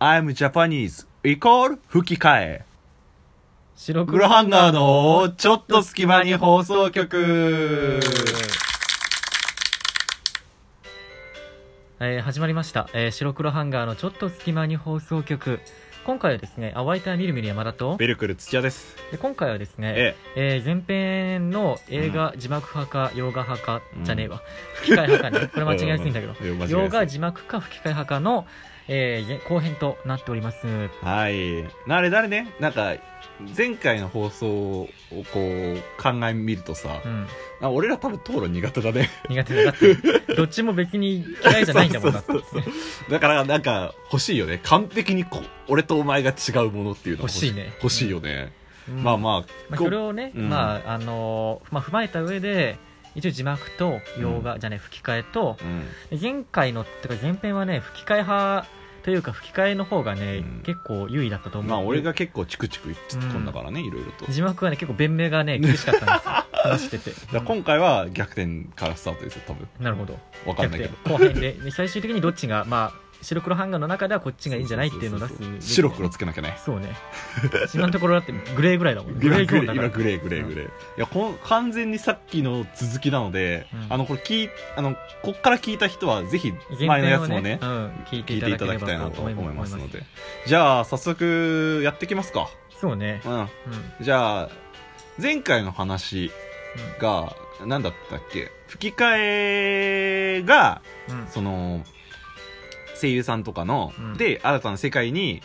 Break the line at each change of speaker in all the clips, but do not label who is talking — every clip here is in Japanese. I'm Japanese イコール吹き替え。
白
グロハンガーのちょっと隙間に放送局。
えー始まりました、えー白黒ハンガーのちょっと隙間に放送局今回はですねあお相手はみるみる山田と
ベルクル土屋です。
で今回はですね、
え
えー前編の映画字幕派か洋画派かじゃねえわ、吹き替え派 かねこれ間違いやすいんだけど
え。間違え
洋
な
画
い
字幕か吹き替え派かの、えー後編となっております
はい。なあれ誰ね、なんか、前回の放送をこう、考え見るとさ
う、ん
あ俺ら多分討論苦手だね。
苦手だだってどっちも別に嫌いじゃないんだもんだって
そうそうそうだからなんか欲しいよね。完璧にこ俺とお前が違うものっていうのが
欲しいね
欲しいよね。
うん
まあまあ、
まあ、それをね、
うん
まああのーまあ、踏まえた上で一応字幕と洋画、じゃね吹き替えと
うん、
前回のっていうか前編はね吹き替え派というか吹き替えの方がね、
うん
結構優位だったと思う、
まあ俺が結構チクチク言ってこんだからね、いろいろと。
字幕はね結構弁明がね厳しかったんですよ話してて
だから今回は逆転からスタートですよ、多分。
なるほど
わかんないけど。
後編でで最終的にどっちがまあ白黒ハンガーの中ではこっちがいいんじゃないっていうのを出す
そうそうそうそう白黒つけなきゃね。
そうね今のところだってグレーぐらいだもん
今
ゾ
グ
ー
レ
ン
ー
だ
今
か
グレーグレー
うん
グレーいやこん完全にさっきの続きなので、
うん
あのこれ聞いあのこっから聞いた人はぜひ
ら
前のやつ
前
も
編
ね
をうん、聞いて
聞
い
い
た
てい
だ
た
け
だ
れ
き
ば
たいな
と
と
思
思
い
い
ま
ます
す
のでじゃあ早速やってきますか
そうね、
うん
うんうん
じゃあ前回の話が何だったっけ吹き替えが
うん
その声優さんとかの、
うん
で新たな世界に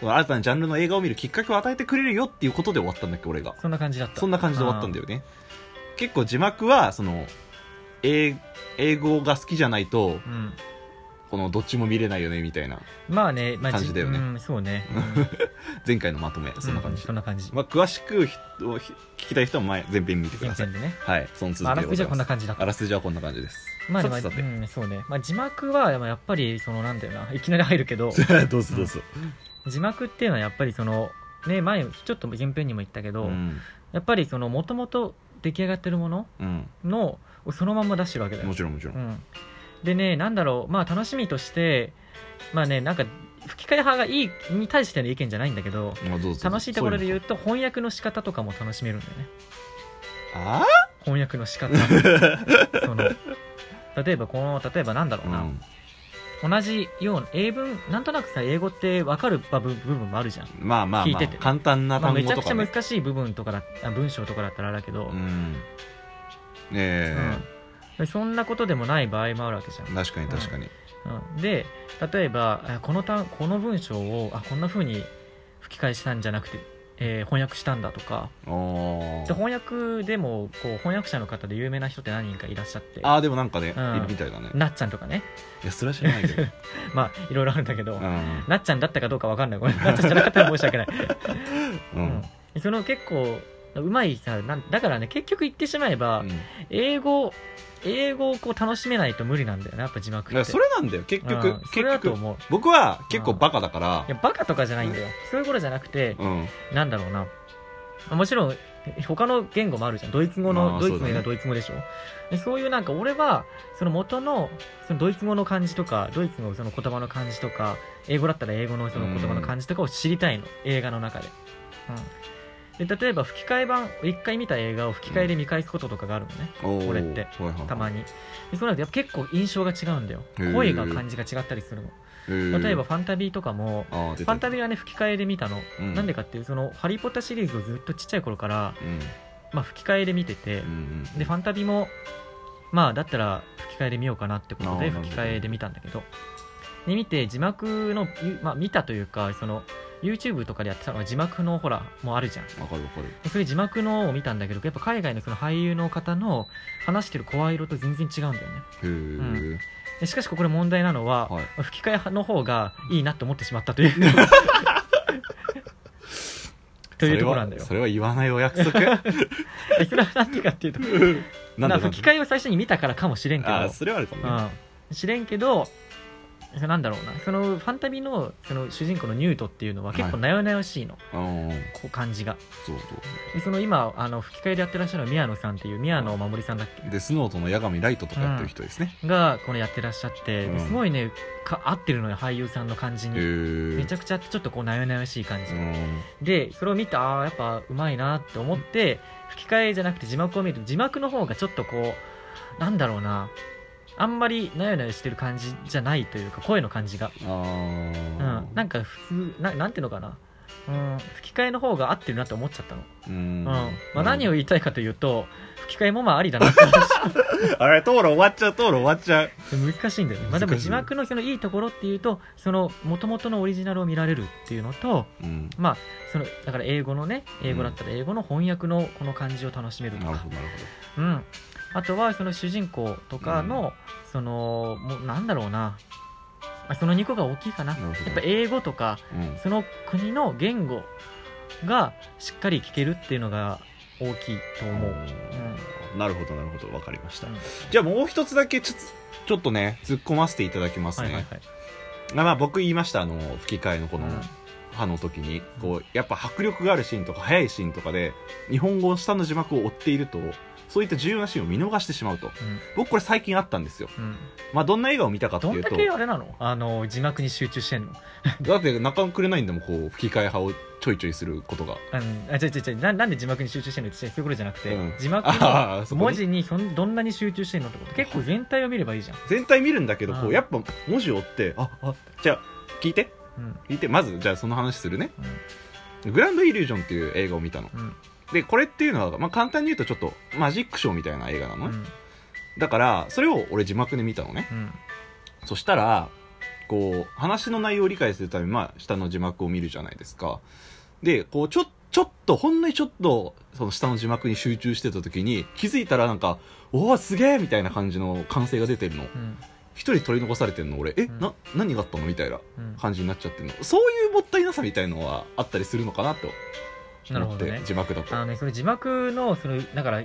その新たなジャンルの映画を見るきっかけを与えてくれるよっていうことで終わったんだっけ俺が
そんな感じだった
そんな感じで終わったんだよね結構字幕はその英英語が好きじゃないと
うん、うん
このどっちも見れないよねみたいな
まあね、まあ、
感じだよね
うん、そ うね、
前回のまとめそんな感
う
じ、
そんな感じ
まあ、詳しくひをひ聞きたい人は前前編見てく
前
ださい
編でね
はいその
まあ
続き
あら
ですご
じ
ざい
はこ
ま
んな
す
感じだった
あらすじはこんな感じです
まあでも、
さてさて
うん、そうね、まあ、字幕はでもやっぱりそのなんだよないきなり入る けど
どうぞどうぞ、
字幕っていうのはやっぱりそのね前ちょっと前編にも言ったけ
う
ど、
ん
やっぱりそのもともと出来上がってるもの
うん
のをそのまま出してるわけだよ
もちろんもちろん、
うん、でねなんだろうまあ楽しみとしてまあねなんか吹き替え派がいいに対しての意見じゃないんだけど
まあどうぞどうぞ
楽しいところで言
う
うと翻訳の仕方とかも楽しめるんだよね
あ
翻訳の仕 方その例えばこの例えばなんだろう
あ、
な、同じような英文なんとなくさ英語って分かる部分部分もあるじゃん、
うん、まあまあ
聞い
ま
て
あ
て
簡単な
まあ、
単
めち
語
ゃ
と
くちゃ
かね、
難しい部分とかだあ文章とかだったらあれだけど、
うんねえ、
うんそんなことでもない場合もあるわけじゃん
確かに確かに、
うんで例えばあこの単この文章をあこんな風に吹き替えしたんじゃなくて、えー翻訳したんだとか
お
で
ー
翻訳でもこう翻訳者の方で有名な人って何人かいらっしゃって
ああでもなんかね、
うん
いるみたいだね
なっちゃんとかね
いやそれは知らないけ ど、
まあいろいろあるんだけど、
うん
なっちゃんだったかどうかわかんないごめんなっちゃんじゃなかったら申し訳ない、
う
うん
ん
その結構うまいさなんだからね結局言ってしまえば、
うん
英語英語をこう楽しめないと無理なんだよなやっぱ字幕
だ
っ
からそ
て
れなんだよ結局、
うんそ
結
れだと
局
思う
僕は結構バカだから
いやバカとかじゃないんだよそういうことじゃなくて、
うん
なんだろうなもちろん他の言語もあるじゃんドイツ語の、
まあ
ドイツ
そうだ
の
ね
映画はドイツ語でしょでそういうなんか俺はその元のそのドイツ語の感じとかドイツのその言葉の感じとか英語だったら英語のその言葉の感じとかを知りたいの、映画の中で,、うん、で例えば吹き替え版一回見た映画を吹き替えで見返すこととかがあるのね、
おー
俺って
はいはい
たまにでそうなるとやっぱ結構印象が違うんだよ
へー
声が感じが違ったりするの
へー
例えばファンタビーとかも
あー出
フ
た
ァンタビーはね吹き替えで見たの、
うん
なんでかっていうその「ハリー・ポッター」シリーズをずっとちっちゃい頃から、
うん
まあ、吹き替えで見てて、
うんうん
でファンタビーもまあだったら吹き替えで見ようかなってこと
あー
で
なるほど
吹き替えで見たんだけどで見て字幕の、ゆまあ、見たというかその YouTube とかでやってたのが字幕のほらもうあるじゃん
わかるわかる
でそれ字幕のを見たんだけどやっぱ海外のその俳優の方の話してる声色と全然違うんだよね
へえ、
んでしかしここで問題なのは、
はい
吹き替えの方がいいなと思ってしまったという というところなんだよ
それはそれは言わないお約 束なんで
えそれはなんでかっていうと
なん
まあ
で
吹き替えを最初に見たからかもしれんけど
ああそれはあるかもね
うん、知れんけどそのなんだろうなそのファンタビのその主人公のニュートっていうのは結構なよなよしいの、
うん
こう感じが
そうそ
でその今あの吹き替えでやってらっしゃる宮野さんっていう宮野守さんだっ
うでスノートの八神ライトとかやってる人ですね、
けがこのやってらっしゃって、
うん
すごいねか合ってるのよ俳優さんの感じ
へえ
に、めちゃくちゃちょっとこうなよなよしい感じ、
うん
でそれを見てああやっぱうまいなって思って吹き替えじゃなくて字幕を見ると字幕の方がちょっとこうなんだろうなあんまりなよなよしてる感じじゃないというか声の感じが、
あ
うん、
あ
なんか普通ななんていうのかな、うん、吹き替えの方が合ってるなって思っちゃったの、
うん
うんまあ、何を
うん
言いたいかというと吹き替えもまあありだなって 話
あれ討論終わっちゃう討論終わっちゃう
難しいんだよね、まあ、でも
難しい
字幕のそのいいところっていうとその元々のオリジナルを見られるっていうのと、
うん
まあ、そのだから英語のね英語だったら英語の翻訳のこの感じを楽しめると
なる
か、
ほどなるほど
うんあとはその主人公とかの、そのもうなんだろうなあその2個が大きいかな、
なるほど
やっぱ英語とか
うん
その国の言語がしっかり聞けるっていうのが大きいと思う、
なるほどなるほどわかりました、
うん
じゃあもう一つだけちょっとちょっとね突っ込ませていただきます
はい
ね、
はいはい、
まあ僕言いましたあの吹き替えのこの
うん
歯の時にこうやっぱ迫力があるシーンとか速いシーンとかで日本語を下の字幕を追っているとそういった重要なシーンを見逃してしまうと僕これ最近あったんですよ
うんうん、
まあどんな映画を見たかって
ど
い
ん
う
だ
と
けあれなのあの字幕に集中してんの
だって中野くれないんでもんこう吹き替え派をちょいちょいすることが
うん、あ違う違う違うななんで字幕に集中してんのってそういうことじゃなくて、
うん
字幕
あーそ
の
こね
文字にそんどんなに集中してんのってこと結構全体を見ればいいじゃん、
全体見るんだけど
あー
こうやっぱ文字を追ってああじゃあ聞いて
うん
聞いてまずじゃあその話するねグランドイリュージョンっていう映画を見たの
うんうん
でこれっていうのは、まあ、簡単に言うとちょっとマジックショーみたいな映画な
う
の、
ん
ねだからそれを俺字幕で見たのね
うん
そしたらこう話の内容を理解するために、まあ、下の字幕を見るじゃないですかでこうちょちょっとほんのにちょっとその下の字幕に集中してた時に気づいたらなんか「おおすげえ!」みたいな感じの歓声が出てるの
うん
一人取り残されてんの俺え、
うん
な何があったのみたいな
うん
感じになっちゃってるのそういうもったいなさみたいのはあったりするのかなと
なる
思
ほ
っ
ど
て、
ね
字幕だと
あのねその字幕のそのだから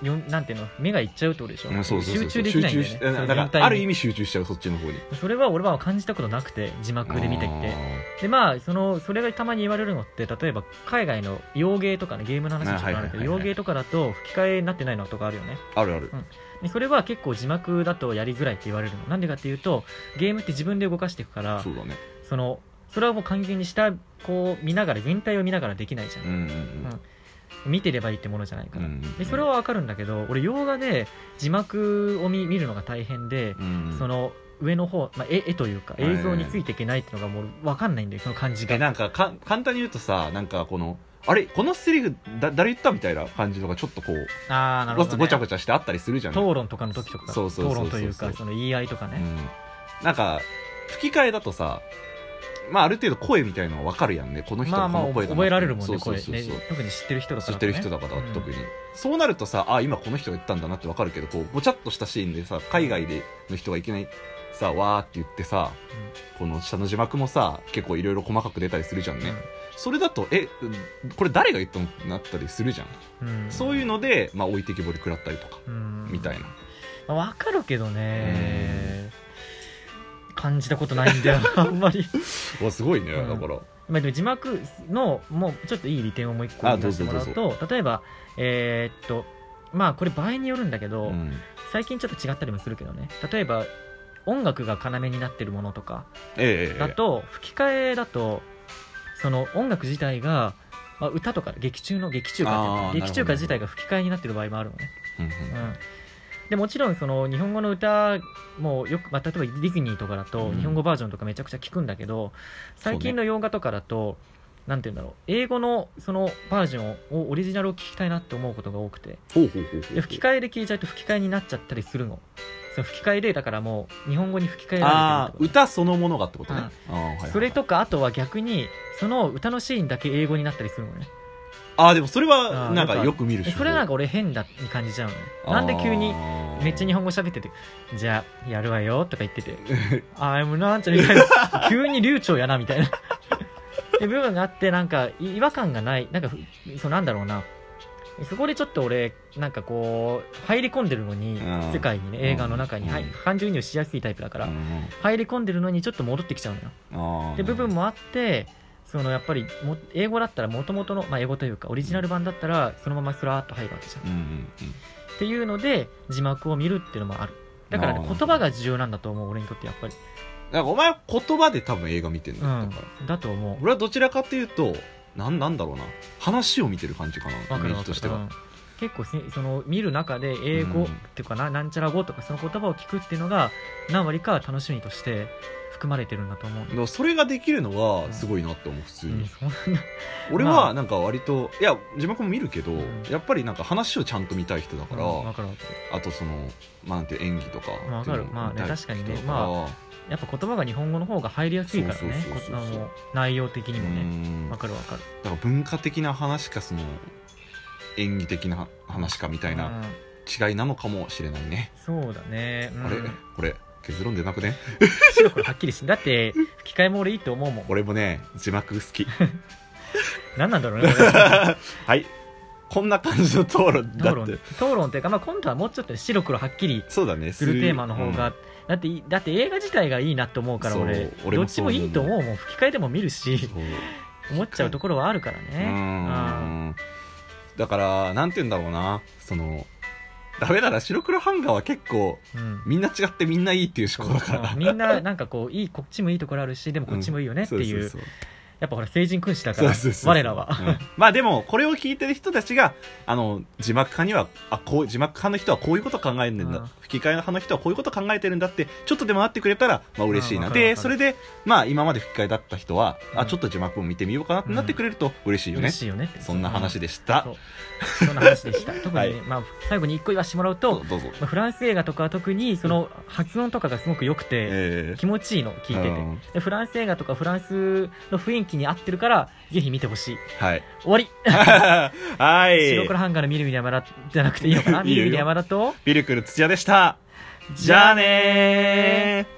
よんなんていうの目がいっちゃうってことでしょ、
うんそうそうそう
集中できないんだよ
集
ね
中し
そ
だ
う全
か
体
ら
に
ある意味集中しちゃうそっちの方に
それは俺は感じたことなくて字幕で見てきてでまあそのそれがたまに言われるのって例えば海外の洋芸とかねゲームの話にちょっとなるけど
あはいはいはいは
洋
い
芸とかだと吹き替えになってないのとかあるよね
あーあるある
でそれは結構字幕だとやりづらいって言われるのなんでかっていうとゲームって自分で動かしていくから
そうだね
そのそれはもう完全に下こう見ながら全体を見ながらできないじゃ、
うんん
見てればいいってものじゃないか
うんうん
ら、
うん
でそれはわかるんだけど俺洋画で字幕を見見るのが大変で、
うん
その上の方、まあ、絵絵というか
いはい
映像についていけないっていうのがもうわかんないんだよその感じが
えなんかか簡単に言うとさなんかこのあれこのセリフだ誰言ったみたいな感じのがちょっとこう
ああなる
ご
ほ
ち
ど、
ゃ
ね、
ごちゃごちゃしてあったりするじゃん
討論とかの時とか
そうそうそうそう
討論というかその言い合いとか
う
ね、
んなんか吹き替えだとさまあある程度声みたいのは分かるやんねこの人
ま
は
あ
こ
まあ
の声だな
覚えられるもん
そ
ね
うそ
声
う
ね
そうそう
特に知ってる人だか
知
ら、ね、
ってる人だから
うん
特に、そうなるとさあ今この人が言ったんだなってわかるけどこうぼちゃっとしたシーンでさ海外での人がいきなりさわーって言ってさ、この下の字幕もさ結構いろいろ細かく出たりするじゃんね、それだとえうんこれ誰が言ったのってなったりするじゃん、
うん
そういうので、まあ、置いてきぼり食らったりとか、
うん
みたいな
まあわかるけどね感じたことない んだよあんまり
うわすごいね、
うん
だから
まあでも字幕のもうちょっといい利点をもう一個
あ
出してもらう
ど
と例えばえーっとまあこれ場合によるんだけど、
うん
最近ちょっと違ったりもするけどね例えば音楽が要になってるものとか
ええええ
だと吹き替えだとその音楽自体が、まあ、歌とか劇中の劇中歌
あー
っていうの
な
劇中
るほど
歌自体が吹き替えになってる場合もあるのね
うんうん
でもちろんその日本語の歌もよく、まあ、例えばディズニーとかだと
うん
日本語バージョンとかめちゃくちゃ聞くんだけど、最近の洋画とかだと、なんて言うんだろう英語のそのバージョンをオリジナルを聞きたいなって思うことが多くて
ほうほうほうほう
で吹き替えで聞いちゃうと吹き替えになっちゃったりするのその吹き替えでだからもう日本語に吹き替え
あ
られ
あ
てるってこ
歌そのものがってことね、あーはいはいは
と
い
それとかあとは逆にその歌のシーンだけ英語になったりするのね
ああでもそれは
あー
なん
よ
か
く
よく見る
え
し
それはなんか俺変だに感じちゃうのねなんで急にめっちゃ日本語喋ってて「じゃあやるわよ」とか言 ってて「I'm なん ちゃら」みたいな急に流暢やなみたいな で部分があってなんかい違和感がないなんかふそうなんだろうなそこでちょっと俺なんかこう入り込んでるのに、
うん
世界にね映画の中に、
うん
はい感情移入しやすいタイプだから、
うん
入り込んでるのにちょっと戻ってきちゃうのよ
あー
で部分もあってそのやっぱりも英語だったら元々の、まあ、英語というかオリジナル版だったらそのままスラーっと入るわけじゃん、
うんうん
っていうので字幕を見るっていうのもあるだから、ね、
あー
言葉が重要なんだと思う俺にとってやっぱり
うん、なんかお前は言葉で多分映画見てるん
う
だよ、
ん
だから
だと思う
俺はどちらかというとなんなんだろうな話を見てる感じかな
わ
イ
か
メ
る
ー
わ
ジと
かる
して
う
は
ん結構せその見る中で英語、
うん
っていうかななんちゃら語とかその言葉を聞くっていうのが何割か楽しみとして含まれてるんだと思う
だからそれができるのがすごいなって思う普通に、
うんそうなんだ
俺
ま
は
あ
なんか割といや字幕も見るけど、
うん
やっぱりなんか話をちゃんと見たい人だから、
うんわかるわか
あとそのまあなんていう演技とか
まあわかるまあね確かにね
ま
るやっぱ言葉が日本語の方が入りやすいからね
そうそうそうそう
こあの内容的にもねわ
だ
かるわかる
から文化的な話かその演技的な話かみたいな
うん
違いなのかもしれないね、
そうだね、うん、
あれこれ結論出なくね
白黒はっきりしてだって吹き替えも俺いいと思うもん
俺もね字幕好 き
何なんだろうね
はいこんな感じの討論
俺
だ
討
っ
論
て
討論っていうか、まあ、今度はもうちょっと白黒はっきり
そうだね
するテーマの方が、
うん
だっていだって映画自体がいいなと思うから
そう
俺
俺
ど
も
っち
そう
も
思う
いいと思うもん吹き替えでも見るし
そう
思っちゃうところはあるからねうん
うんだからなんて言うんだろうなそのダメなら白黒ハンガーは結構
うん
みんな違ってみんないいっていう思考だから
みんななんかこういいこっちもいいところあるしでもこっちもいいよねっていう,、
そうそう
やっぱほら成人君子だか
そう
ら
そうそうそう
我らは、
うんまあでもこれを聞いてる人たちがあの字幕派にはあこう字幕派の人はこういうこと考えてるん
うん
だ吹き替え派の人はこういうこと考えてるんだってちょっとでもあってくれたらまあ嬉しいな
うん
で
わか
そ
るわ
れでまあ今まで吹き替えだった人は
う
あ
ん
ちょっと字幕も見てみようかなってなってくれると嬉しいよね
嬉しいよね
そんな話
で
でした
そうそんな話でした 特にね、
はい
まあ、最後に一個言わせてもらう
ど
と
う、ぞどうぞ
まあ、フランス映画とかは特にその発音とかがすごく良くて、
え
気持ちいいの聞いてて、
うん
でフランス映画とかフランスの雰囲気に合ってるからぜひ見てほしい
はい
終わり
は
白
い
黒。ハンガーの見る見る山田じゃなくていいのかな
いい
見
よ
る見る山田と
ビルクル土屋でした。じゃあねー。